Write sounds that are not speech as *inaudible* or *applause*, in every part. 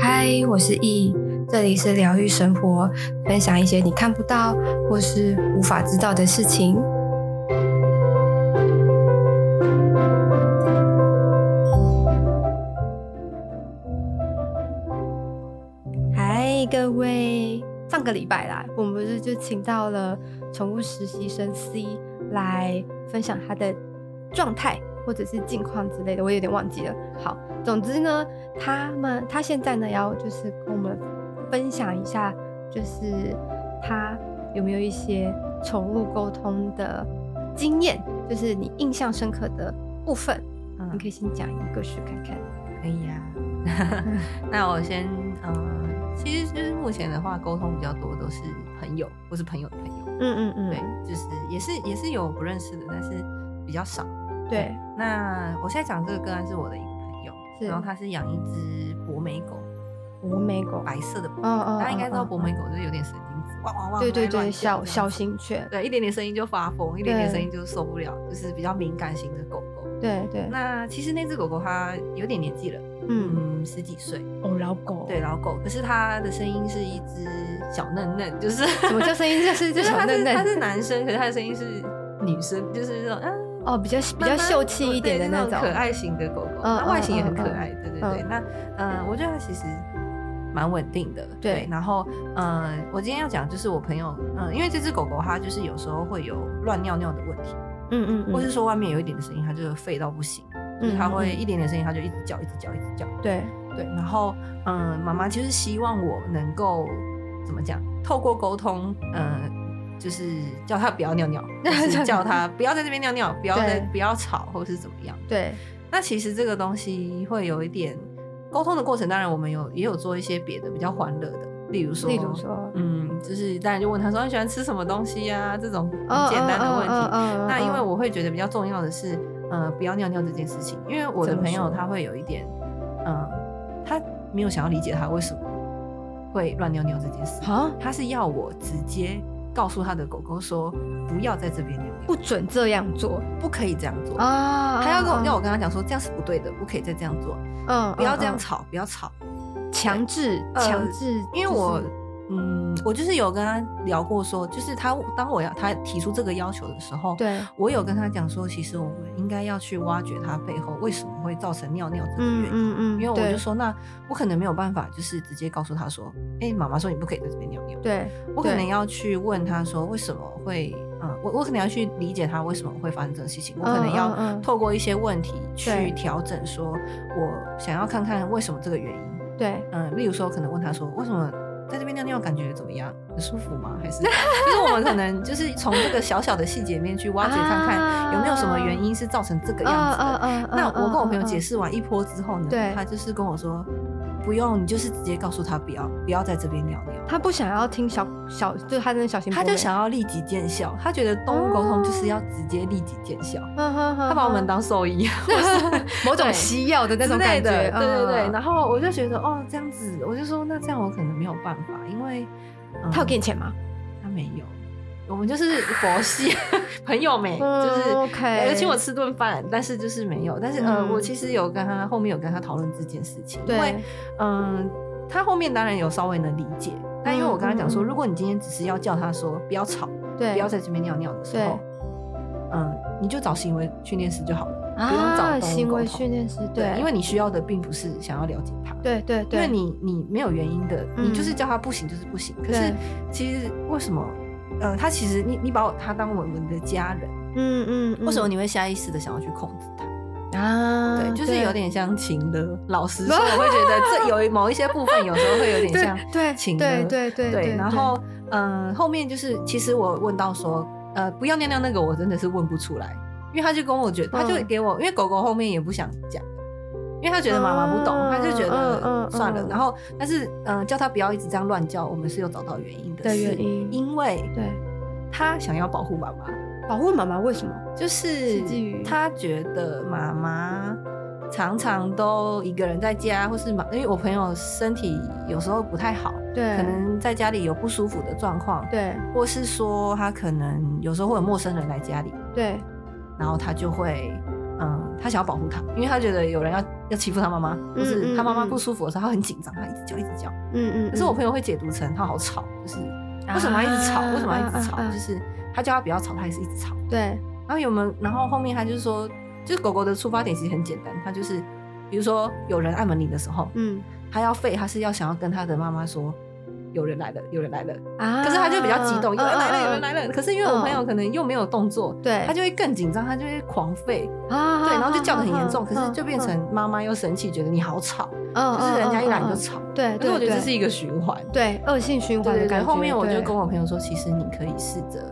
嗨，我是易，这里是疗愈生活，分享一些你看不到或是无法知道的事情。嗨，各位，上个礼拜啦，我们不是就请到了宠物实习生 C 来分享他的状态或者是近况之类的，我有点忘记了。好，总之呢，他们他现在呢要就是跟我们分享一下，就是他有没有一些宠物沟通的经验，就是你印象深刻的部分，你嗯，可以先讲一个试看看。可以 *laughs* 啊。那我先，呃，其实就是目前的话，沟通比较多都是朋友，或是朋友的朋友。嗯嗯嗯，对，就是也是也是有不认识的，但是比较少。对，那我现在讲这个个案是我的一个朋友，是然后他是养一只博美狗，博美狗，白色的博美哦狗，哦，大家应该知道哦博美狗就是有点神经质，哇哇哇，对对对，乱叫小这样子小型犬，对，一点点声音就发疯，一点点对声音就受不了，就是比较敏感型的狗狗。对对，那其实那只狗狗它有点年纪了，嗯，嗯，十几岁，哦，老狗，对，老狗，可是它的声音是一只小嫩嫩，就是什么叫声音？就是 *laughs* 就这是小它嫩是它是嫩，男生，可是它的声音是女生，就是那种啊哦，比较比较慢慢哦秀气一点的对那那种，可爱型的狗狗，嗯那外形也很嗯嗯可嗯爱，对对对。嗯那呃，我觉得它其实蛮稳定的，对然后呃，我今天要讲就是我朋友，嗯、因为这只狗狗它就是有时候会有乱尿尿的问题，嗯嗯嗯，或是说外面有一点的声音，它就吠到不行，就是嗯它嗯会嗯一点点声音它就一直叫，一直叫，一直叫。对，对，然后嗯，妈妈就是希望我能够怎么讲，透过沟通，呃，就是叫他不要尿尿， *laughs* 或是叫他不要在这边尿尿，不要在对不要吵，或是怎么样。对，那其实这个东西会有一点沟通的过程，当然我们有也有做一些别的比较欢乐的，例如说，例如说，嗯，就是当然就问他说你喜欢吃什么东西呀、这种哦很简单的问题。那因为，哦哦哦哦哦我会觉得比较重要的是，呃，不要尿尿这件事情，因为我的怎么朋友说他会有一点，呃，他没有想要理解他为什么会乱尿尿这件事，啊，他是要我直接告诉他的狗狗说不要在这边尿尿，不准这样做不不可以这样做，啊，他要跟我啊要我，跟他讲说这样是不对的，不可以再这样做，嗯，不要这样嗯，吵，不要吵，嗯强制呃强制就是，因为我。嗯，我就是有跟他聊过说，就是他当我要他提出这个要求的时候，对，我有跟他讲说，其实我们应该要去挖掘他背后为什么会造成尿尿这个嗯原因。嗯嗯，因为我对就说，那我可能没有办法，就是直接告诉他说，哎、妈妈说你不可以在这边尿尿。对我可能对要去问他说，为什么会，嗯，我我可能要去理解他为什么会发生这种事情。我可能嗯嗯要嗯透过一些问题对去调整，说我想要看看为什么这个原因。对，嗯，例如说，可能问他说，为什么在这边尿尿感觉怎么样？很舒服吗？ *laughs* 还是就是我们可能就是从这个小小的细节里面去挖掘看看有没有什么原因是造成这个样子的。嗯那我跟我朋友解，嗯释完一波之后呢，对他就是跟我说，不用，你就是直接告诉他不要不要在这边尿尿嗯。他不想要听小小，就是他的小型，他就想，要立即见效，他觉得动物沟通就是要直接立即见效，他他把我们当兽医，某种对西药的那种之类感觉，的，对对对。嗯然后我就觉得哦，这样子，我就说那这样我可能没有办法，因为、嗯他有给你钱吗？他没有，我们就是佛系 *laughs* 朋友没，嗯就是 OK 有请我吃顿饭，但是就是没有。但是呃，嗯我其实有跟他后面有跟他讨论这件事情，因为对，嗯、他后面当然有稍微能理解，但因为我跟他讲说，嗯嗯嗯如果你今天只是要叫他说不要吵，对，不要在这边尿尿的时候，嗯、你就找行为训练师就好了，不用啊，找动物行沟为通训练师，对，因为你需要的并不是想要了解他，对对因对，为你你没有原因的，嗯你就是叫他不行就是不行。可对是其实为什么？呃，他其实你你把我他当我们的家人，嗯嗯嗯，为什么你会下意识的想要去控制他？嗯啊？对，就是有点像情的。老实 *laughs* 说，我会觉得这有一某一些部分有时候会有点对像对情对勒对对对。然后嗯、呃后面就是其实我问到说，呃，不要尿尿那个我真的是问不出来，因为他就跟我觉得，他就嗯给我，因为狗狗后面也不想讲，因为他觉得妈妈不懂，嗯他就觉嗯嗯得嗯算了。然后，但是嗯、呃叫他不要一直这样乱叫，我们是有找到原因的，的原是因因为对，他想要保护妈妈，保护妈妈为什么？就是是基于他觉得妈妈常常都一个人在家，或是妈，因为我朋友身体有时候不太好，对，可能在家里有不舒服的状况，对或是说他可能有时候会有陌生人来家里，对然后他就会，嗯，他想要保护他，因为他觉得有人要要欺负他妈妈，或是他妈妈不舒服的时候，他很紧张，他一直叫一直叫。嗯嗯，可是我嗯啊朋友会解读成他好吵，就是为什么他一直吵，为什么他一直吵，啊啊啊就是他叫他不要吵，他还是一直吵。对然后有没有？然后后面他就说，就是狗狗的出发点其实很简单，它就是，比如说有人按门铃的时候，嗯它要吠，它是要想要跟它的妈妈说，有人来了，有人来了。啊，可是它就比较激动，有人来了，有人了，来了。可是因为我朋友嗯可能又没有动作，对，它就会更紧张，它就会狂吠，啊，对，然后就叫的很严重。啊可是就变，成妈妈又生气，觉得你好吵，啊就是人家一来你就，啊吵。啊啊啊对，可是我觉得对这是一个循环。对恶性循对环的对感对，觉。后面我就对跟我朋友说，其实你可以试着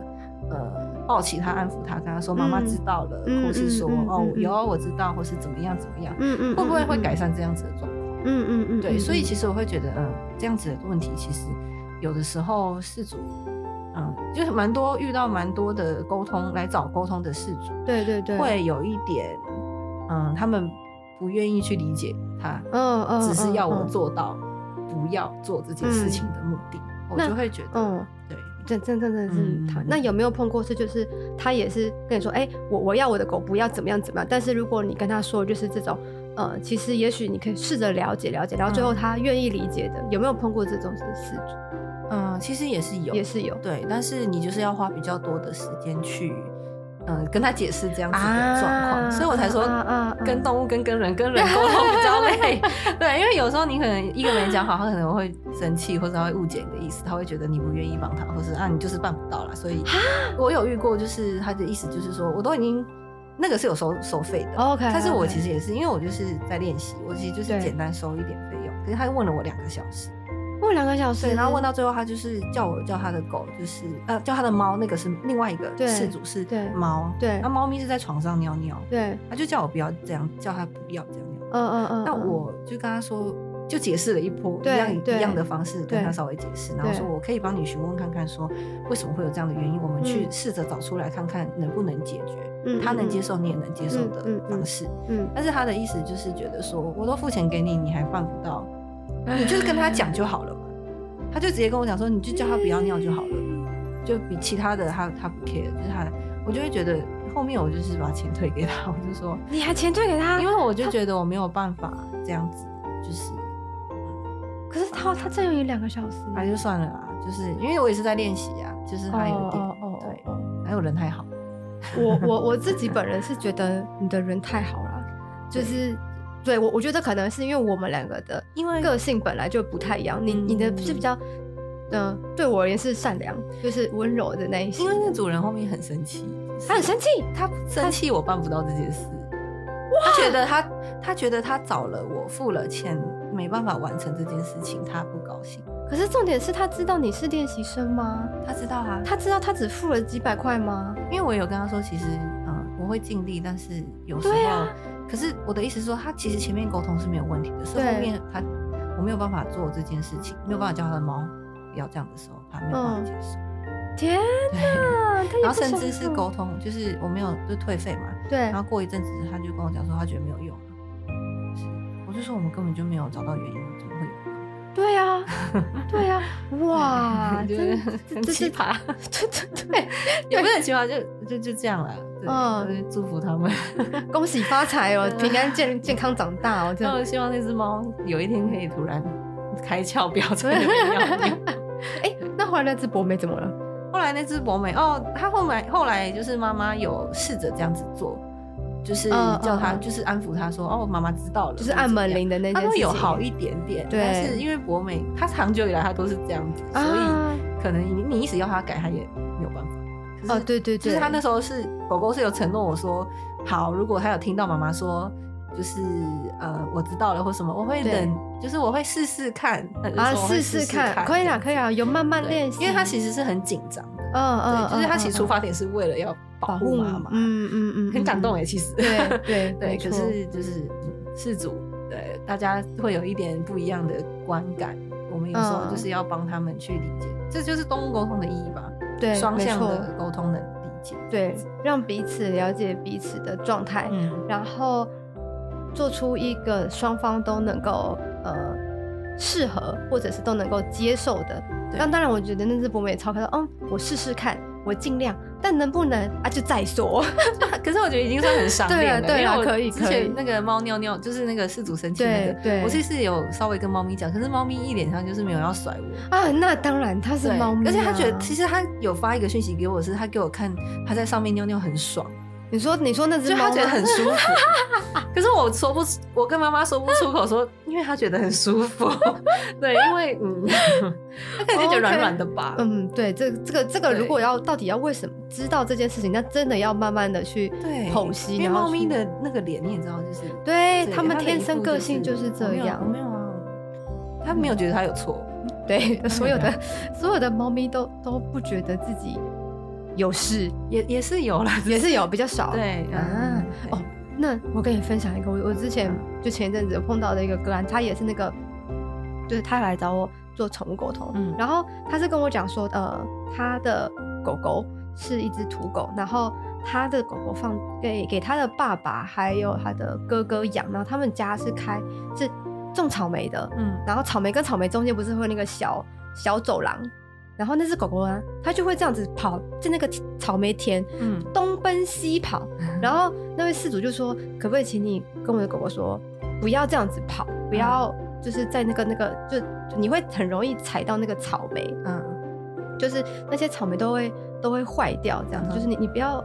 呃抱起他，安抚他，跟他说妈妈嗯知道了，嗯或是说嗯嗯哦嗯嗯有啊我知道，或是怎么样怎么样，嗯嗯，会不会会改善？善这样子的状况？嗯嗯嗯，对，嗯所以其嗯实我会觉得，嗯，这样子的问题其实有的时候事主。嗯，就是蛮多遇到蛮多的沟通来找沟通的事主，对对对，会有一点，嗯，他们不愿意去理解他，嗯嗯，只是要我嗯，做到不要做这件事情的目的，我那就会觉得，嗯。嗯对，这真真真的是他。嗯那有没有碰过是就是他也是跟你说，哎、我我要我的狗不要怎么样怎么样？但是如果你跟他说就是这种，呃，其实也许你可以试着了解了解，然后最后他愿意理解的，有没有碰过这种事事主？嗯，其实也是有，也是有对，但是你就是要花比较多的时间去，嗯，跟他解释这样子的状况，啊所以我才说啊啊啊啊跟动物跟跟人跟人沟通比较 *laughs* 累，对，因为有时候你可能一个没讲好，他可能会生气，或者他会误解你的意思，他会觉得你不愿意帮他，或是啊你就是办不到啦。所以我有遇过，就是他的意思就是说，我都已经那个是有收收费的哦 OK，但是我 OK 其实也是因为我就是在练习，我其实就是对简单收一点费用，可是他问了我两个小时。问两个小时，对，然后问到最后，他就是叫我叫他的狗，就是呃叫他的猫，那个是另外一个对事主是对猫，对那猫咪是在床上尿尿，对，他就叫我不要这样，叫他不要这样尿。嗯嗯嗯，那嗯我就跟他说，就解释了一波一对样对一样的方式跟他对稍微解释，然后对说我可以帮你询问看看，说为什么会有这样的原因，我们去嗯试着找出来看看能不能解决，嗯他能接，嗯受你也能接受嗯的嗯嗯方式。嗯嗯但是他的意思就是觉得说，我都付钱给你，你还办不到，你就是跟他讲就好了嘛。他就直接跟我讲说，你就叫他不要尿就好了，就比其他的他他不 care，就是他，我就会觉得后面我就是把钱退给他，我就说，你还钱退给他，因为我就觉得我没有办法这样子，就是可是他他占用你两个小时，那就算了啦，就是因为我也是在练习啊，就是他有一点、哦哦哦对，还有人太好，我我我自己本人是觉得你的人太好了，啊就是对我我觉得可能是因为我们两个的因为个性本来就不太一样，你嗯你的是比较，呃，对我而言是善良，就是温柔的那一些因为。那主人后面很生气，就是他很生气，他生气我办不到这件事，他觉得他他觉得他找了我付了钱没办法完成这件事情，他不高兴。可是重点是他知道你是练习生吗？他知道啊，他知道他只付了几百块吗？因为我有跟他说，其实嗯我会尽力，但是有时候对，啊可是我的意思是说，他其实前面沟通是没有问题的，是后对面他我没有办法做这件事情，没有办法叫他的猫不要这样的时候，他没有办法嗯接受。天对，啊！他也然后不想甚至是付沟通，就是我没有就退费嘛，对然后过一阵子，他就跟我讲说，他觉得没有用了。是我就说我们根本就没有找到原因，怎么会有用？*laughs* 对啊，对啊，哇，就真很这奇啊是葩，对对对，也不是很奇葩，就就就这样啦。对，嗯我就祝福 *laughs* 他们。恭喜发财 *laughs* 啊哦，平安健健康长大哦，真那的。我希望那只猫有一天可以突然 *laughs* 开窍，不要在那边尿 *laughs* 尿。哎、嗯那后来那只博美怎么了？后来那只博美哦，它后来后来就是妈妈有试着这样子做，就是嗯叫它嗯嗯就是安抚它说哦，妈妈知道了，就是按门铃。铃的那他件事会情。有好一点点，对但是因为博美，他长久以来他都是这样子，所啊以可能你你一直要他改，他也没有办法。可是哦，，对对对，就是他那时候是狗狗是有承诺我说，好，如果他有听到妈妈说，就是呃我知道了或什么，我会对等，就是我会试试看，他就啊说我会试试试看，可以啦，可以啦，有慢慢对练习，因为他其实是很紧张的，嗯嗯，对，就是他其嗯实出发点是为了要保护妈妈，嗯嗯嗯，很感动哎，哎，其实， *laughs* 对对对，没可错是就是嗯氏族，对大家会有一点不一样的观感。我们有时候嗯就是要帮他们去理解，这就是动物沟通的意义吧，对双没向错的沟通的理解。对，让彼此了解彼此的状态，嗯，然后做出一个双方都能够呃适合或者是都能够接受的。对那当然，我觉得那只博美也超开的，嗯，我试试看，我尽量，但能不能啊就再 *laughs* 说。可是我觉得已经算很赏对脸啊了，对因啊为我可以之可前以那个猫尿尿就是那个氏族生气那对个，对，我其实有稍微跟猫咪讲，可是猫咪一脸上就是没有要甩我，啊，那当然它是对猫咪啊、而且他觉得其实他有发一个讯息给我是，他给我看他在上面尿尿很爽，你说你说那只就猫他吗觉得很舒服。 *laughs* 可是我说不出，我跟妈妈说不出口说，因为他觉得很舒服。 *laughs* 对，因为嗯， *laughs* 哦他肯定觉得软软的吧。嗯，对，这这个这个，对如果要到底要为什么知道这件事情，那真的要慢慢的去对，剖析。因为然后猫咪去的那个脸你也知道，就是对对他们天生个性就就是这我样，没有啊，我他没有觉得他有错。 *laughs* 对 *laughs* 对所有的所有的猫咪都都不觉得自己有事，也也是有啦，只也是有比较少。 *laughs* 对啊嗯，对哦，那我跟你分享一个，我我之前就前一阵子碰到的一个个案，他也是那个，就是他来找我做宠物沟通，嗯然后他是跟我讲说，呃，他的狗狗是一只土狗，然后他的狗狗放给给他的爸爸还有他的哥哥养，然后他们家是开是种草莓的，嗯，然后草莓跟草莓中间不是会有那个小小走廊，然后那只狗狗啊，它就会这样子跑在那个草莓田，嗯东奔西跑。然后那位事主就说：“可不可以请你跟我的狗狗说，不要这样子跑，不要就是在那个那个，就就你会很容易踩到那个草莓，嗯就是那些草莓都会都会坏掉，这样子，嗯就是你你不要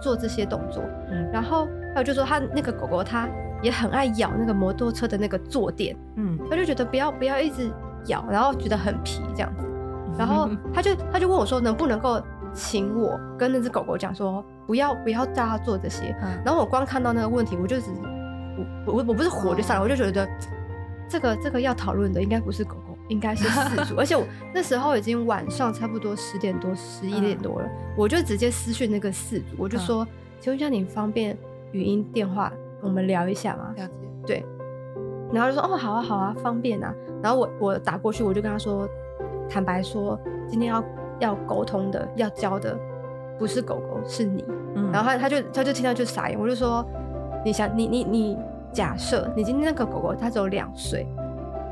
做这些动作。嗯然后还有就说他那个狗狗它也很爱咬那个摩托车的那个坐垫。”嗯，他就觉得不要不要一直咬，然后觉得很皮这 *laughs* 样子，然后他就他就问我说能不能够请我跟那只狗狗讲说不要不要叫它做这些，嗯然后我光看到那个问题，我就只我我我不是火就上来，我就觉得这个这个要讨论的应该不是狗狗，应该是饲主，而且我那时候已经晚上差不多十点多十一点多了，我就直接私讯那个饲主，我就说，请问一下你方便语音电话我们聊一下吗？了解。然后就说哦，好啊，好啊，方便啊。然后我我打过去，我就跟他说，坦白说，今天要要沟通的、要教的，不是狗狗，是你。嗯然后他他就他就听到就傻眼，我就说，你想你你你假设你今天那个狗狗它只有两岁，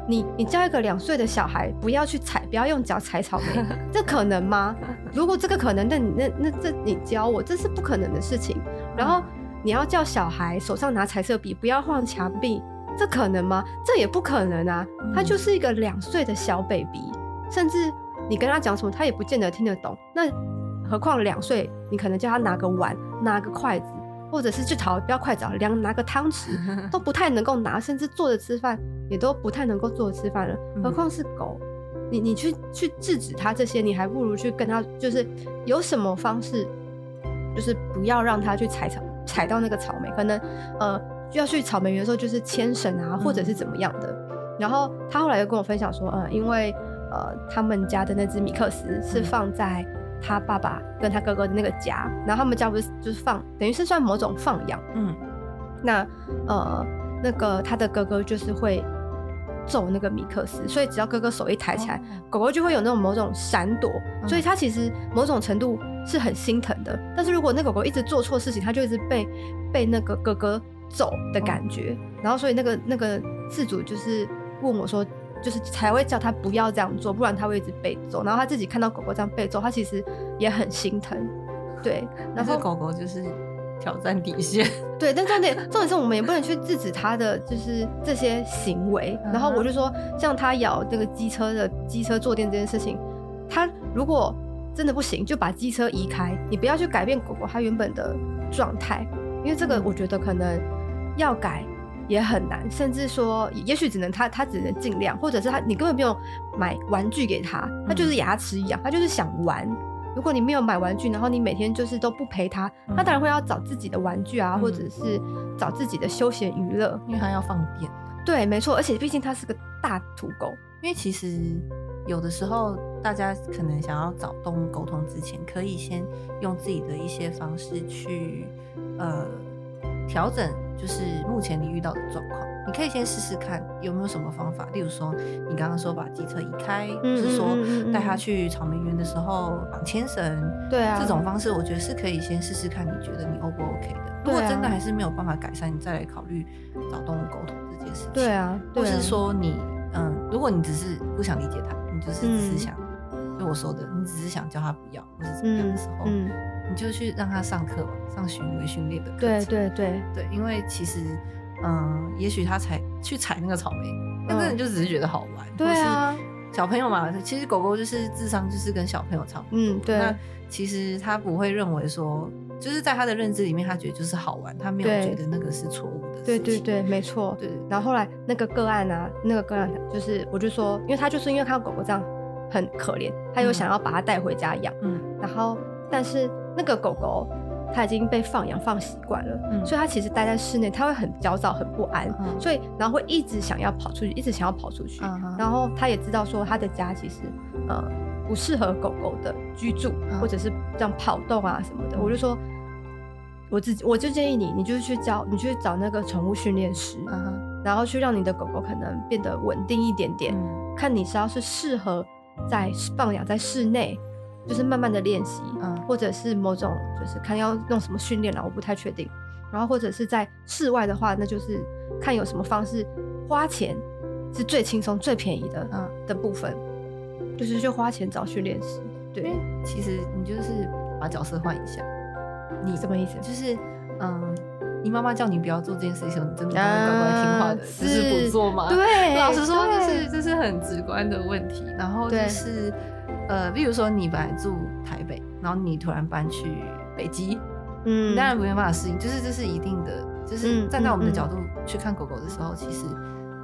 你你教一个两岁的小孩不要去踩，不要用脚踩草莓，这可能吗？如果这个可能，那你那那这你教我，这是不可能的事情。然后你要叫小孩手上拿彩色笔，不要晃墙壁，这可能吗？这也不可能啊！他就是一个两岁的小 baby，甚至你跟他讲什么，他也不见得听得懂。那何况两岁，你可能叫他拿个碗、拿个筷子，或者是最好不要筷子啊，两拿个汤匙都不太能够拿，甚至坐着吃饭也都不太能够坐着吃饭了，嗯何况是狗。你你去去制止他这些，你还不如去跟他，就是有什么方式，就是不要让他去踩草踩到那个草莓，可能呃就要去草莓园的时候就是牵绳啊，或者是怎么样的。然后他后来又跟我分享说，呃，因为呃他们家的那只米克斯是嗯放在他爸爸跟他哥哥的那个家，然后他们家不是就是放等于是算某种放养。嗯那呃，那个他的哥哥就是会揍那个米克斯，所以只要哥哥手一抬起来，狗狗就会有那种某种闪躲，哦嗯所以它其实某种程度是很心疼的。但是如果那狗狗一直做错事情，它就一直被被那个哥哥揍的哦感觉，然后所以那个那个事主就是问我说。就是才会叫他不要这样做，不然他会一直被揍。然后他自己看到狗狗这样被揍，他其实也很心疼。 *laughs* 对，然但后是狗狗就是挑战底线，对，但重点重点是我们也不能去制止他的就是这些行为。然后我就说，像他咬那个机车的机车坐垫这件事情，他如果真的不行，就把机车移开，你不要去改变狗狗它原本的状态，因为这嗯个我觉得可能要改。也很难，甚至说，也许只能他他只能尽量，或者是他你根本没有买玩具给他，他就是牙齿痒，他就是想玩，如果你没有买玩具，然后你每天就是都不陪他，嗯他当然会要找自己的玩具啊，嗯或者是找自己的休闲娱乐。因为它要放电。对，没错，而且毕竟它是个大土狗，因为其实有的时候大家可能想要找动物沟通之前，可以先用自己的一些方式去呃调整，就是目前你遇到的状况。你可以先试试看有没有什么方法，例如说你刚刚说把机车移开，或嗯是说嗯嗯嗯嗯带它去草莓园的时候绑牵绳，对啊，这种方式我觉得是可以先试试看，你觉得你 O 不 OK 的。如对啊果真的还是没有办法改善，你再来考虑找动物沟通这件事情。对啊，或对啊是说你，嗯，如果你只是不想理解他，你就是嗯只是想，就我说的，你只是想叫他不要，或是怎么样的时候，嗯，你就去让他上课吧，上行为训练的课对程对对，对，因为其实，嗯，也许他才去采那个草莓，但真的就只是觉得好玩，嗯对啊或是小朋友嘛，其实狗狗就是智商就是跟小朋友差不多，嗯对那其实他不会认为说，就是在他的认知里面，他觉得就是好玩，他没有对觉得那个是错误的事对情，对对，没错。对，然后后来那个个案啊，那个个案就是，我就说，因为他就是因为看到狗狗这样很可怜，他又嗯想要把它带回家养，嗯。然后但是那个狗狗它已经被放养放习惯了，嗯所以它其实待在室内，它会很焦躁、很不安，嗯所以然后会一直想要跑出去，一直想要跑出去。嗯哼然后它也知道说它的家其实呃不适合狗狗的居住，嗯或者是这样跑动啊什么的。嗯我就说。我自己我就建议你，你就是去教，你去找那个宠物训练师，嗯哼然后去让你的狗狗可能变得稳定一点点，嗯看你是要是适合在放养在室内，就是慢慢的练习，嗯或者是某种就是看要用什么训练啦，啊我不太确定。然后或者是在室外的话，那就是看有什么方式花钱是最轻松、最便宜的、嗯，的部分，就是去花钱找训练师。对因为，其实你就是把角色换一下，你什么意思？就是嗯，你妈妈叫你不要做这件事情的时候，你真的就会乖乖听话的，啊只是不做嘛。，对，老实说，就对是这是很直观的问题。然后就对是呃，比如说你本来住台北，然后你突然搬去北极，嗯你当然没办法适应，就是这是一定的，就是嗯站在我们的嗯嗯角度去看狗狗的时候，其实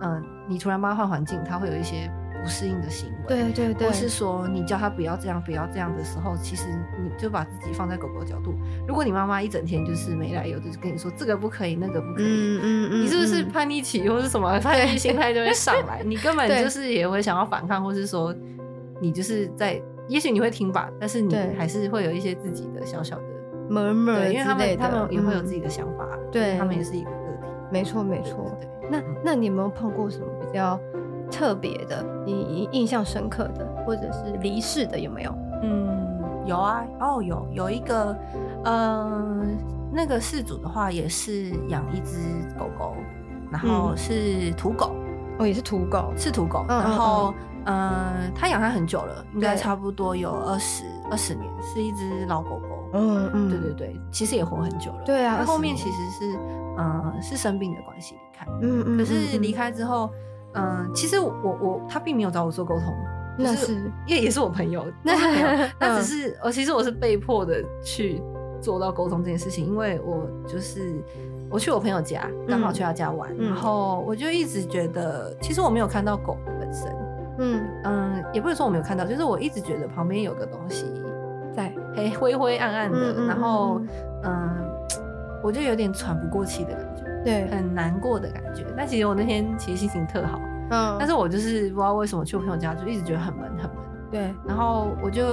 嗯，你突然帮它换环境，它会有一些不适应的行为。对对对，或是说你叫他不要这样，不要这样的时候，其实你就把自己放在狗狗角度。如果你妈妈一整天就是没来由的就跟你说这个不可以，那个不可以，嗯嗯嗯，你是不是嗯叛逆期或是什么叛逆心态就会上来？你根本对就是也会想要反抗，或是说你就是在，也许你会听吧，但是你对还是会有一些自己的小小的，嗯 murmur 对，因为他之类的们他们也会有自己嗯的想法，啊对就是他们也是一个个体，没错没对错。对嗯对那那你有没有碰过什么比较特别的、你你印象深刻的，或者是离世的有没有？嗯，有啊，哦，有有一个，呃，那个事主的话也是养一只狗狗，然后嗯是土狗，哦，也是土狗，是土狗，嗯然嗯后呃，他养它很久了，应该对差不多有二十二十年，是一只老狗狗。嗯嗯对对对，其实也活很久了。对啊它后20面其年实是，呃，是生病的关系离开。嗯嗯。可是嗯离，开之后，嗯、其实我我我他并没有找我做沟通，就那是因为也是我朋友，那是朋 *laughs* 友，嗯那只是呃，其实我是被迫的去做到沟通这件事情，因为我就是我去我朋友家，刚好去他家玩，嗯然后我就一直觉得，其实我没有看到狗本身，嗯嗯，也不能说我没有看到，就是我一直觉得旁边有个东西嗯在黑灰灰暗暗的，嗯嗯然后嗯嗯，我就有点喘不过气的感觉。对，很难过的感觉。但其实我那天其实心情特好，嗯但是我就是不知道为什么去我朋友家就一直觉得很闷很闷。 *laughs* 对，然后我就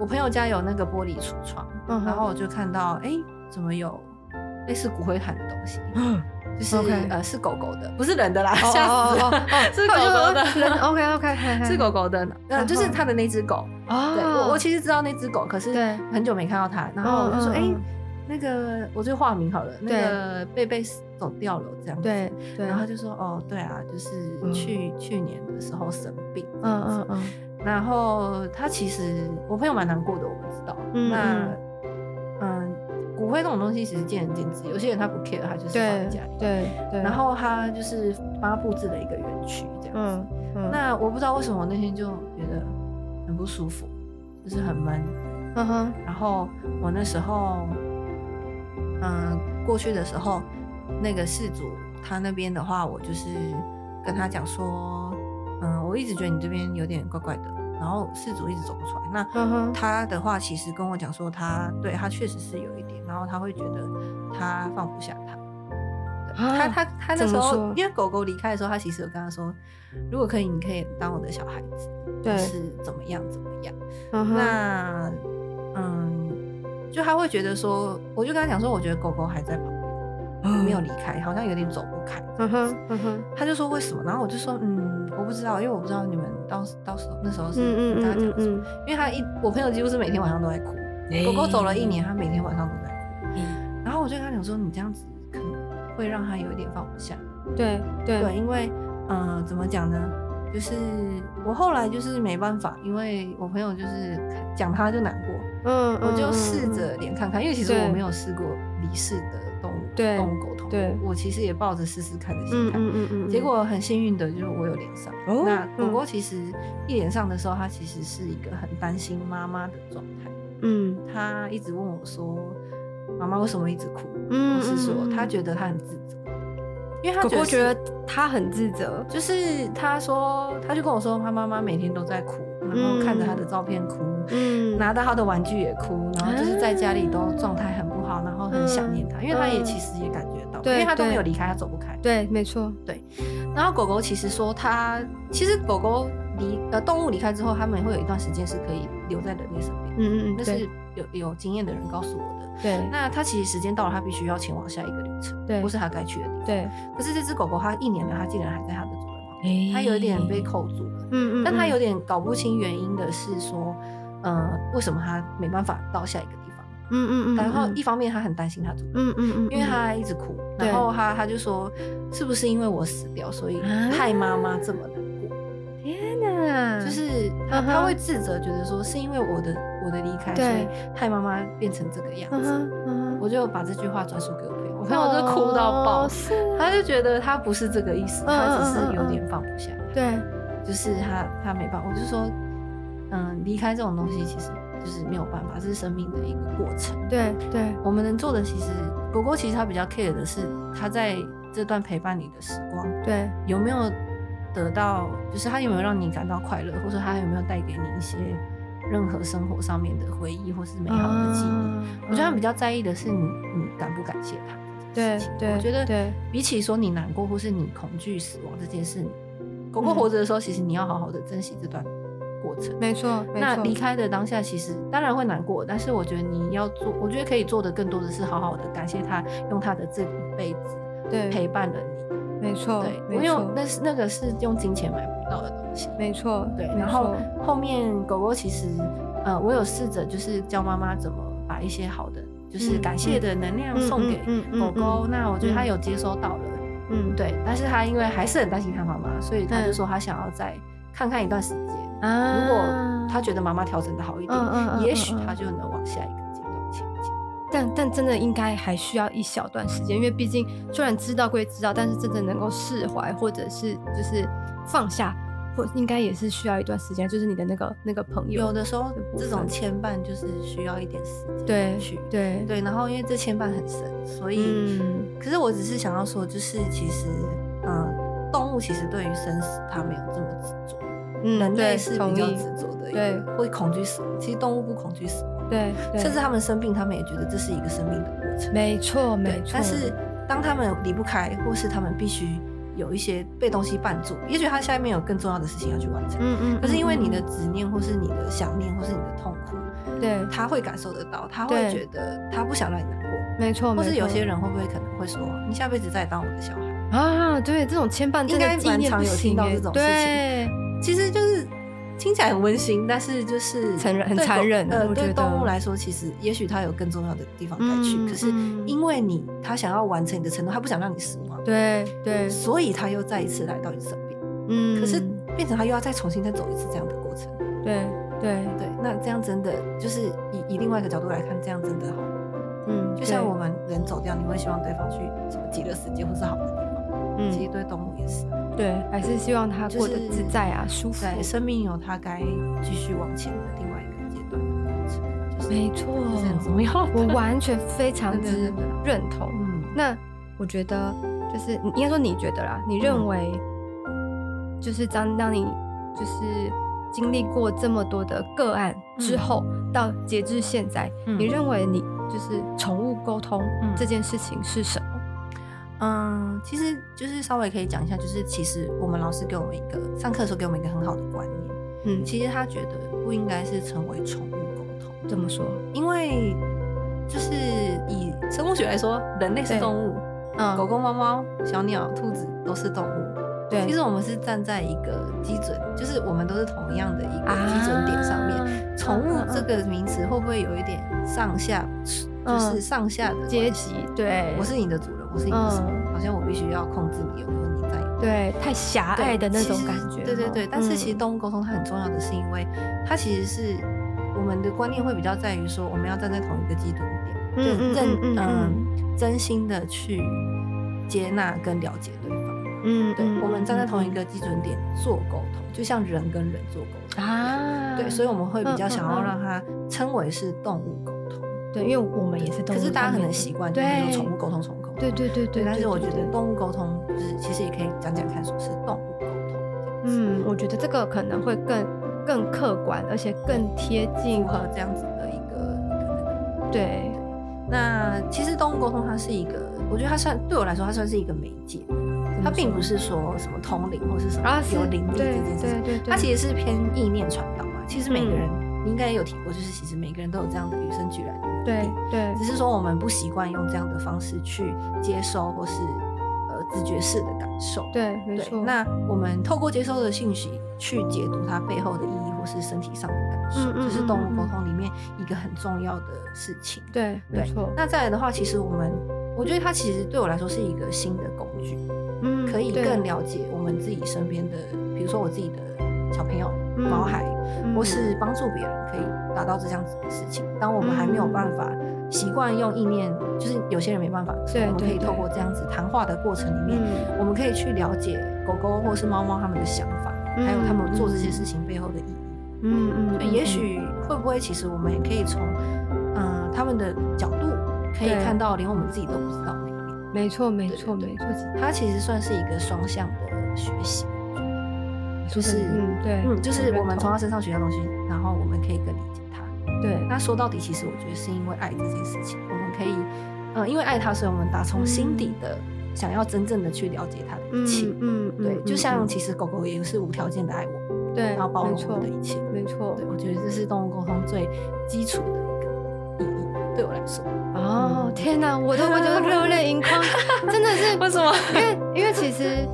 我朋友家有那个玻璃橱窗，嗯哼然后我就看到哎、诶怎么有类似骨灰坛的 *gasps* 东西，就是、 OK 呃是狗狗的，不是人的啦，哦吓、死哦了，哦哦哦 *laughs* 是狗狗的人 OK *laughs* OK， *laughs* 嗯是狗狗的，呃就是他的那只狗。啊，对我我其实知道那只狗，可是对很久没看到它，然后我就说哎。嗯嗯诶嗯那个，我就化名好了。那对个贝贝走掉了，这样子。对对，然后他就说哦，对啊，就是嗯去、去年的时候生病，嗯嗯嗯嗯嗯，然后他其实我朋友蛮难过的，我们知道，嗯那嗯，骨灰这种东西其实见仁见智，有些人他不 care，他就是放在对家里，，对对，然后他就是帮他布置了一个园区这样嗯子，嗯那我不知道为什么我那天就觉得很不舒服，就是很闷，嗯哼然后我那时候，嗯，过去的时候，那个事主他那边的话，我就是跟他讲说，嗯，我一直觉得你这边有点怪怪的，然后事主一直走不出来。那嗯哼他的话其实跟我讲说他，对他确实是有一点，然后他会觉得他放不下他，对，他他他那啊怎时么候说，因为狗狗离开的时候，他其实有跟他说，如果可以，你可以当我的小孩子，对是怎么样怎么样。嗯哼那嗯，就他会觉得说，我就跟他讲说，我觉得狗狗还在旁边，没有离开，好像有点走不开。哦嗯哼嗯哼，他就说为什么？然后我就说嗯，我不知道，因为我不知道你们到时到时候那时候是嗯嗯跟他讲嗯的什么，嗯嗯，因为他一我朋友几乎是每天晚上都在哭，狗狗走了一年，他每天晚上都在哭。嗯然后我就跟他讲说，你这样子可能会让他有一点放不下。对对，对，因为呃，怎么讲呢？就是我后来就是没办法，因为我朋友就是讲他就难过，嗯，我就嗯试着，连看看，因为其实我对没有试过离世的动物，对动物沟通，对我其实也抱着试试看的嗯心态。嗯嗯哦嗯嗯，结果很幸运的就是我有连上，那狗狗其实一连上的时候，它其实是一个很担心妈妈的状态，嗯它一直问我说：“妈妈为什么一直哭？”嗯或是说它觉得得它很自责，因为它狗狗是觉得他很自责，就是他说，他就跟我说，他妈妈每天都在哭，然后看着他的照片哭，嗯，拿到他的玩具也哭，然后就是在家里都状态很不好，然后很想念他，因为他也啊嗯其实也感觉到，因对为他都没有对离开，他走不开。对，没错，然后狗狗其实说他，其实狗狗离呃动物离开之后，他们会有一段时间是可以留在人类身边，嗯嗯嗯，那对是有有经验的人告诉我的。对那它其实时间到了，它必须要前往下一个旅程，对不是它该去的地方。对，可是这只狗狗它一年了，它竟然还在它的主人旁边，哎它有一点被扣住了。嗯嗯，但他嗯有点搞不清原因的是说，呃，为什么他没办法到下一个地方？嗯嗯嗯，然后嗯一方面他很担心他主人，嗯嗯嗯，因为他一直哭，对然后他他就说，是不是因为我死掉，所以啊害妈妈这么难过？天哪，就是他嗯哼他会自责，觉得说是因为我的我的离开，所对以害妈妈变成这个样嗯子。哼嗯哼，我就把这句话转述给我朋友，我朋友就哭到爆哦，是啊他就觉得他不是这个意思，嗯他只嗯嗯是有嗯点放不下。对就是他他没办法，我就说，嗯，离开这种东西其实就是没有办法，这是生命的一个过程。对对，我们能做的其实，狗狗其实它比较 care 的是，它在这段陪伴你的时光对，有没有得到，就是它有没有让你感到快乐，或者说它有没有带给你一些任何生活上面的回忆或是美好的记忆。啊我觉得他们比嗯较在意的是你你感不感谢他这件事情。对对我觉得对比起说你难过或是你恐惧死亡这件事，狗狗嗯活着的时候，其实你要好好的珍惜这段过程。没错没错，那离开的当下，其实当然会难过，但是我觉得你要做，我觉得可以做的更多的是好好的感谢他，用他的这一辈子对陪伴了你。没错对，没因为错那是那个是用金钱买不到的东西。没错对，没然后错后面狗狗其实，呃，我有试着就是教妈妈怎么把一些好的，就是嗯感谢的能量嗯送给嗯嗯嗯狗狗。嗯那我觉得它嗯有接收到了，嗯对，但是它因为还是很担心它妈妈，所以它就嗯说它想要再看看一段时间，啊嗯如果它觉得妈妈调整的好一嗯嗯点，嗯也许嗯嗯它就能往下一个阶段前进。但但真的应该还需要一小段时间，因为毕竟虽然知道归知道，但是真正能够释怀或者是就是放下，或应该也是需要一段时间。就是你的那个那个朋友，有的时候的部这种分牵绊就是需要一点时间对去对，对，然后因为这牵绊很深，所嗯，以。可是我只是想要说，就是其实，嗯，动物其实对于生死它没有这么执着，嗯人类对是比同较意执着的一对个，会恐惧死亡。其实动物不恐惧死亡，对，对甚至他们生病，他们也觉得这是一个生命的过程。没错对没错，但是当他们离不开，或是他们必须有一些被东西绊住，也许他下面有更重要的事情要去完成。嗯嗯，可是因为嗯你的执念，或是你的想念，或是你的痛苦，嗯对，他会感受得到，他会对觉得他不想让你难过。没错，或是没有错些人会不会可能会说，你下辈子再当我的小孩？啊，对这种牵绊应真该的纪蛮念常不有听行到耶这种事对情，。其实就是听起来很温馨，但是就是残忍很对狗残忍呃，我觉对得动物来说，其实也许它有更重要的地方该去，嗯可是嗯因为你它想要完成你的承诺，它不想让你失望，对对，所以它又再一次来到你身边。嗯，可是变成它又要再重新再走一次这样的过程。对对，对，那这样真的就是以以另外一个角度来看，这样真的好。嗯，就像对我，们人走掉，你会希望对方去什么极乐世界或是好的地方，其嗯，实对动物也是啊。对，还是希望他就是过得自在啊，舒服。对，生命有它该继续往前的另外一个阶段的过程，就是没错 *laughs* 这是很重要的。我完全非常 *laughs* 真的之真的认同。嗯，那我觉得就是你应该说你觉得啦，你认为就是当当你就是经历过这么多的个案之后，到截至现在，嗯你认为你就是宠物沟通嗯这件事情是什么？嗯、嗯，其实就是稍微可以讲一下，就是其实我们老师给我们一个上课的时候给我们一个很好的观念，嗯，其实他觉得不应该是成为宠物沟通，这么说，因为就是以生物学来说，人类是对动物，嗯，狗狗、猫猫、小鸟、兔子都是动物。对，其实我们是站在一个基准，就是我们都是同样的一个基准点上面。面宠物这嗯个名词会不会有一点上下，就是上下的关系嗯阶级？，对，嗯我是你的主人，我是你的什么？好像我必须要控制你，有没有你在意？对太狭对隘的那其种实感觉哈，对对对，但是其实嗯动物沟通它很重要的是，因为它其实是我们的观念会比较在于说，我们要站在同一个基准点，嗯就嗯认嗯嗯嗯真心的去接纳跟了解对方。嗯，对，嗯我们站嗯在同一嗯个基准点做沟通，就像人跟人做沟通一样。啊，对，所以我们会比较嗯想要嗯让它称为是动物沟通。对，因为我们也是动可物，是大家可能习喜，惯就是说对宠物沟通，宠物沟通。对对对对，但是对我对觉得对动物沟通就是其实也可以讲讲看，说是动物沟通这样子，嗯，我觉得这个可能会更更客观，而且更贴近符合这样子的一个一个那个。对，那其实动物沟通它是一个，我觉得它算对我来说，它算是一个媒介，它么并说不是说什么通灵或是什啊么是有灵力这对件事情对，对对，嗯它其实是偏意念传导嘛。其实每个人，你应该也有听过，就是其实每个人都有这样的与生俱来的能力，对对只是说我们不习惯用这样的方式去接收或是呃直觉式的感受。对，没对错，，那我们透过接收的信息去解读它背后的意义或是身体上的感受，嗯嗯这是嗯动物嗯沟通里面一个很重要的事情。对没对错，那再来的话，其实我们我觉得它其实对我来说是一个新的工具，嗯可以对更了解我们自己身边的，比如说我自己的小朋友、嗯毛孩，嗯或是帮助别人，可以达到这样子的事情。当我们还没嗯有办法习惯用意念，就是有些人没办法，所对以我们可对以对透过这样子谈话的过程里面，嗯我们可以去了解狗狗或是猫猫它们的想法，还有它们做这些事情背后的意义。嗯嗯所以嗯，也嗯许会不会，其实我们也可以从嗯他们的角度，可以对看到连我们自己都不知道的一面。没错没对错对没错，其实它其实算是一个双向的学习，就是嗯对，嗯，就是我们认从同他身上学到东西，然后我们可以更理解他。嗯对那说到底，其实我觉得是因为爱这件事情，我们可以，呃，因为爱他，所以我们打从心底的想要真正的去了解他的一切。嗯嗯对，嗯就嗯像嗯其实狗狗也是无条件的爱我们，对，然后包没容我错们的一切。没错对，我觉得这是动物沟通最基础的一个意义，对我来说。哦嗯天哪，我都我都热泪盈眶，真的是为什么？因为因为其实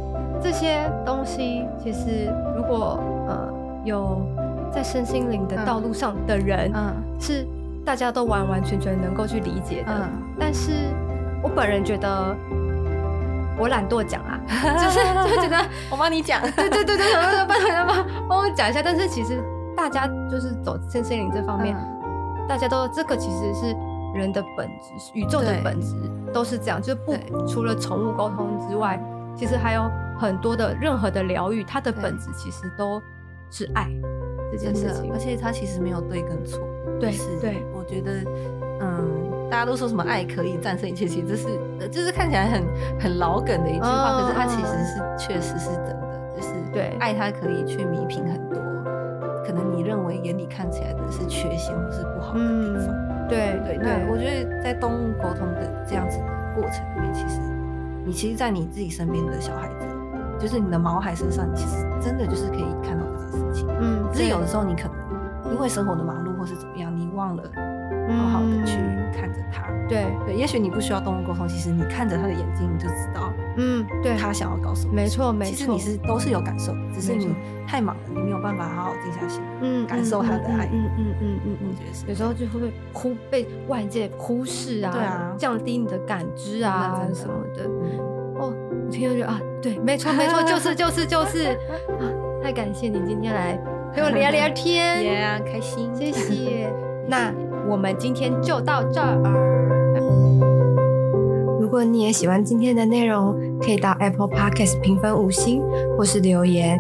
这些东西，其实如果呃有在身心灵的嗯道路上的人，嗯是大家都完完全全能够去理解的。嗯，但是我本人觉得，我懒惰讲啊，就是就觉得，我帮你讲。对对对对，帮帮帮帮我讲一下。但是其实大家就是走身心灵这方面，大家都这个其实是人的本质，宇宙的对本质都是这样，就是不对除了宠物沟通之外，其实还有很多的任何的疗愈，它的对本质其实都是爱这件真事的情，而。且它其实没有对跟错。对是对，我觉得，嗯，大家都说什么爱可以战胜一切，其实这是呃就是看起来很很老梗的一句话，嗯可是它嗯其实是确实是真的，就是对爱它可以去弥平很多可能你认为眼里看起来的是缺陷或是不好的地方。嗯对对，那我觉得在动物沟通的这样子的过程里面，其实你其实，在你自己身边的小孩子，就是你的毛孩身上，你其实真的就是可以看到这件事情。嗯，只是有的时候你可能因为生活的忙碌或是怎么样，你忘了候好好的去看着他。嗯对，对，也许你不需要动物沟通，其实你看着他的眼睛，你就知道嗯，对，他想要告诉你。没错没其实错，你是都是有感受的，只是没你错太忙了，你没有办法好好静下心。嗯感受他的爱嗯嗯嗯嗯嗯我嗯，觉得是有时候就会被忽被外界忽视啊，对啊降低你的感知啊真的真的什么的。嗯哦，我听到就啊，对，没错没 *laughs* 错，就是就是就是啊，太感谢你今天来陪我聊聊 *laughs* 天耶啊，开心，谢 *laughs* 谢。那我们今天就到这儿。如果你也喜欢今天的内容，可以到 Apple Podcast 评分五星，或是留言，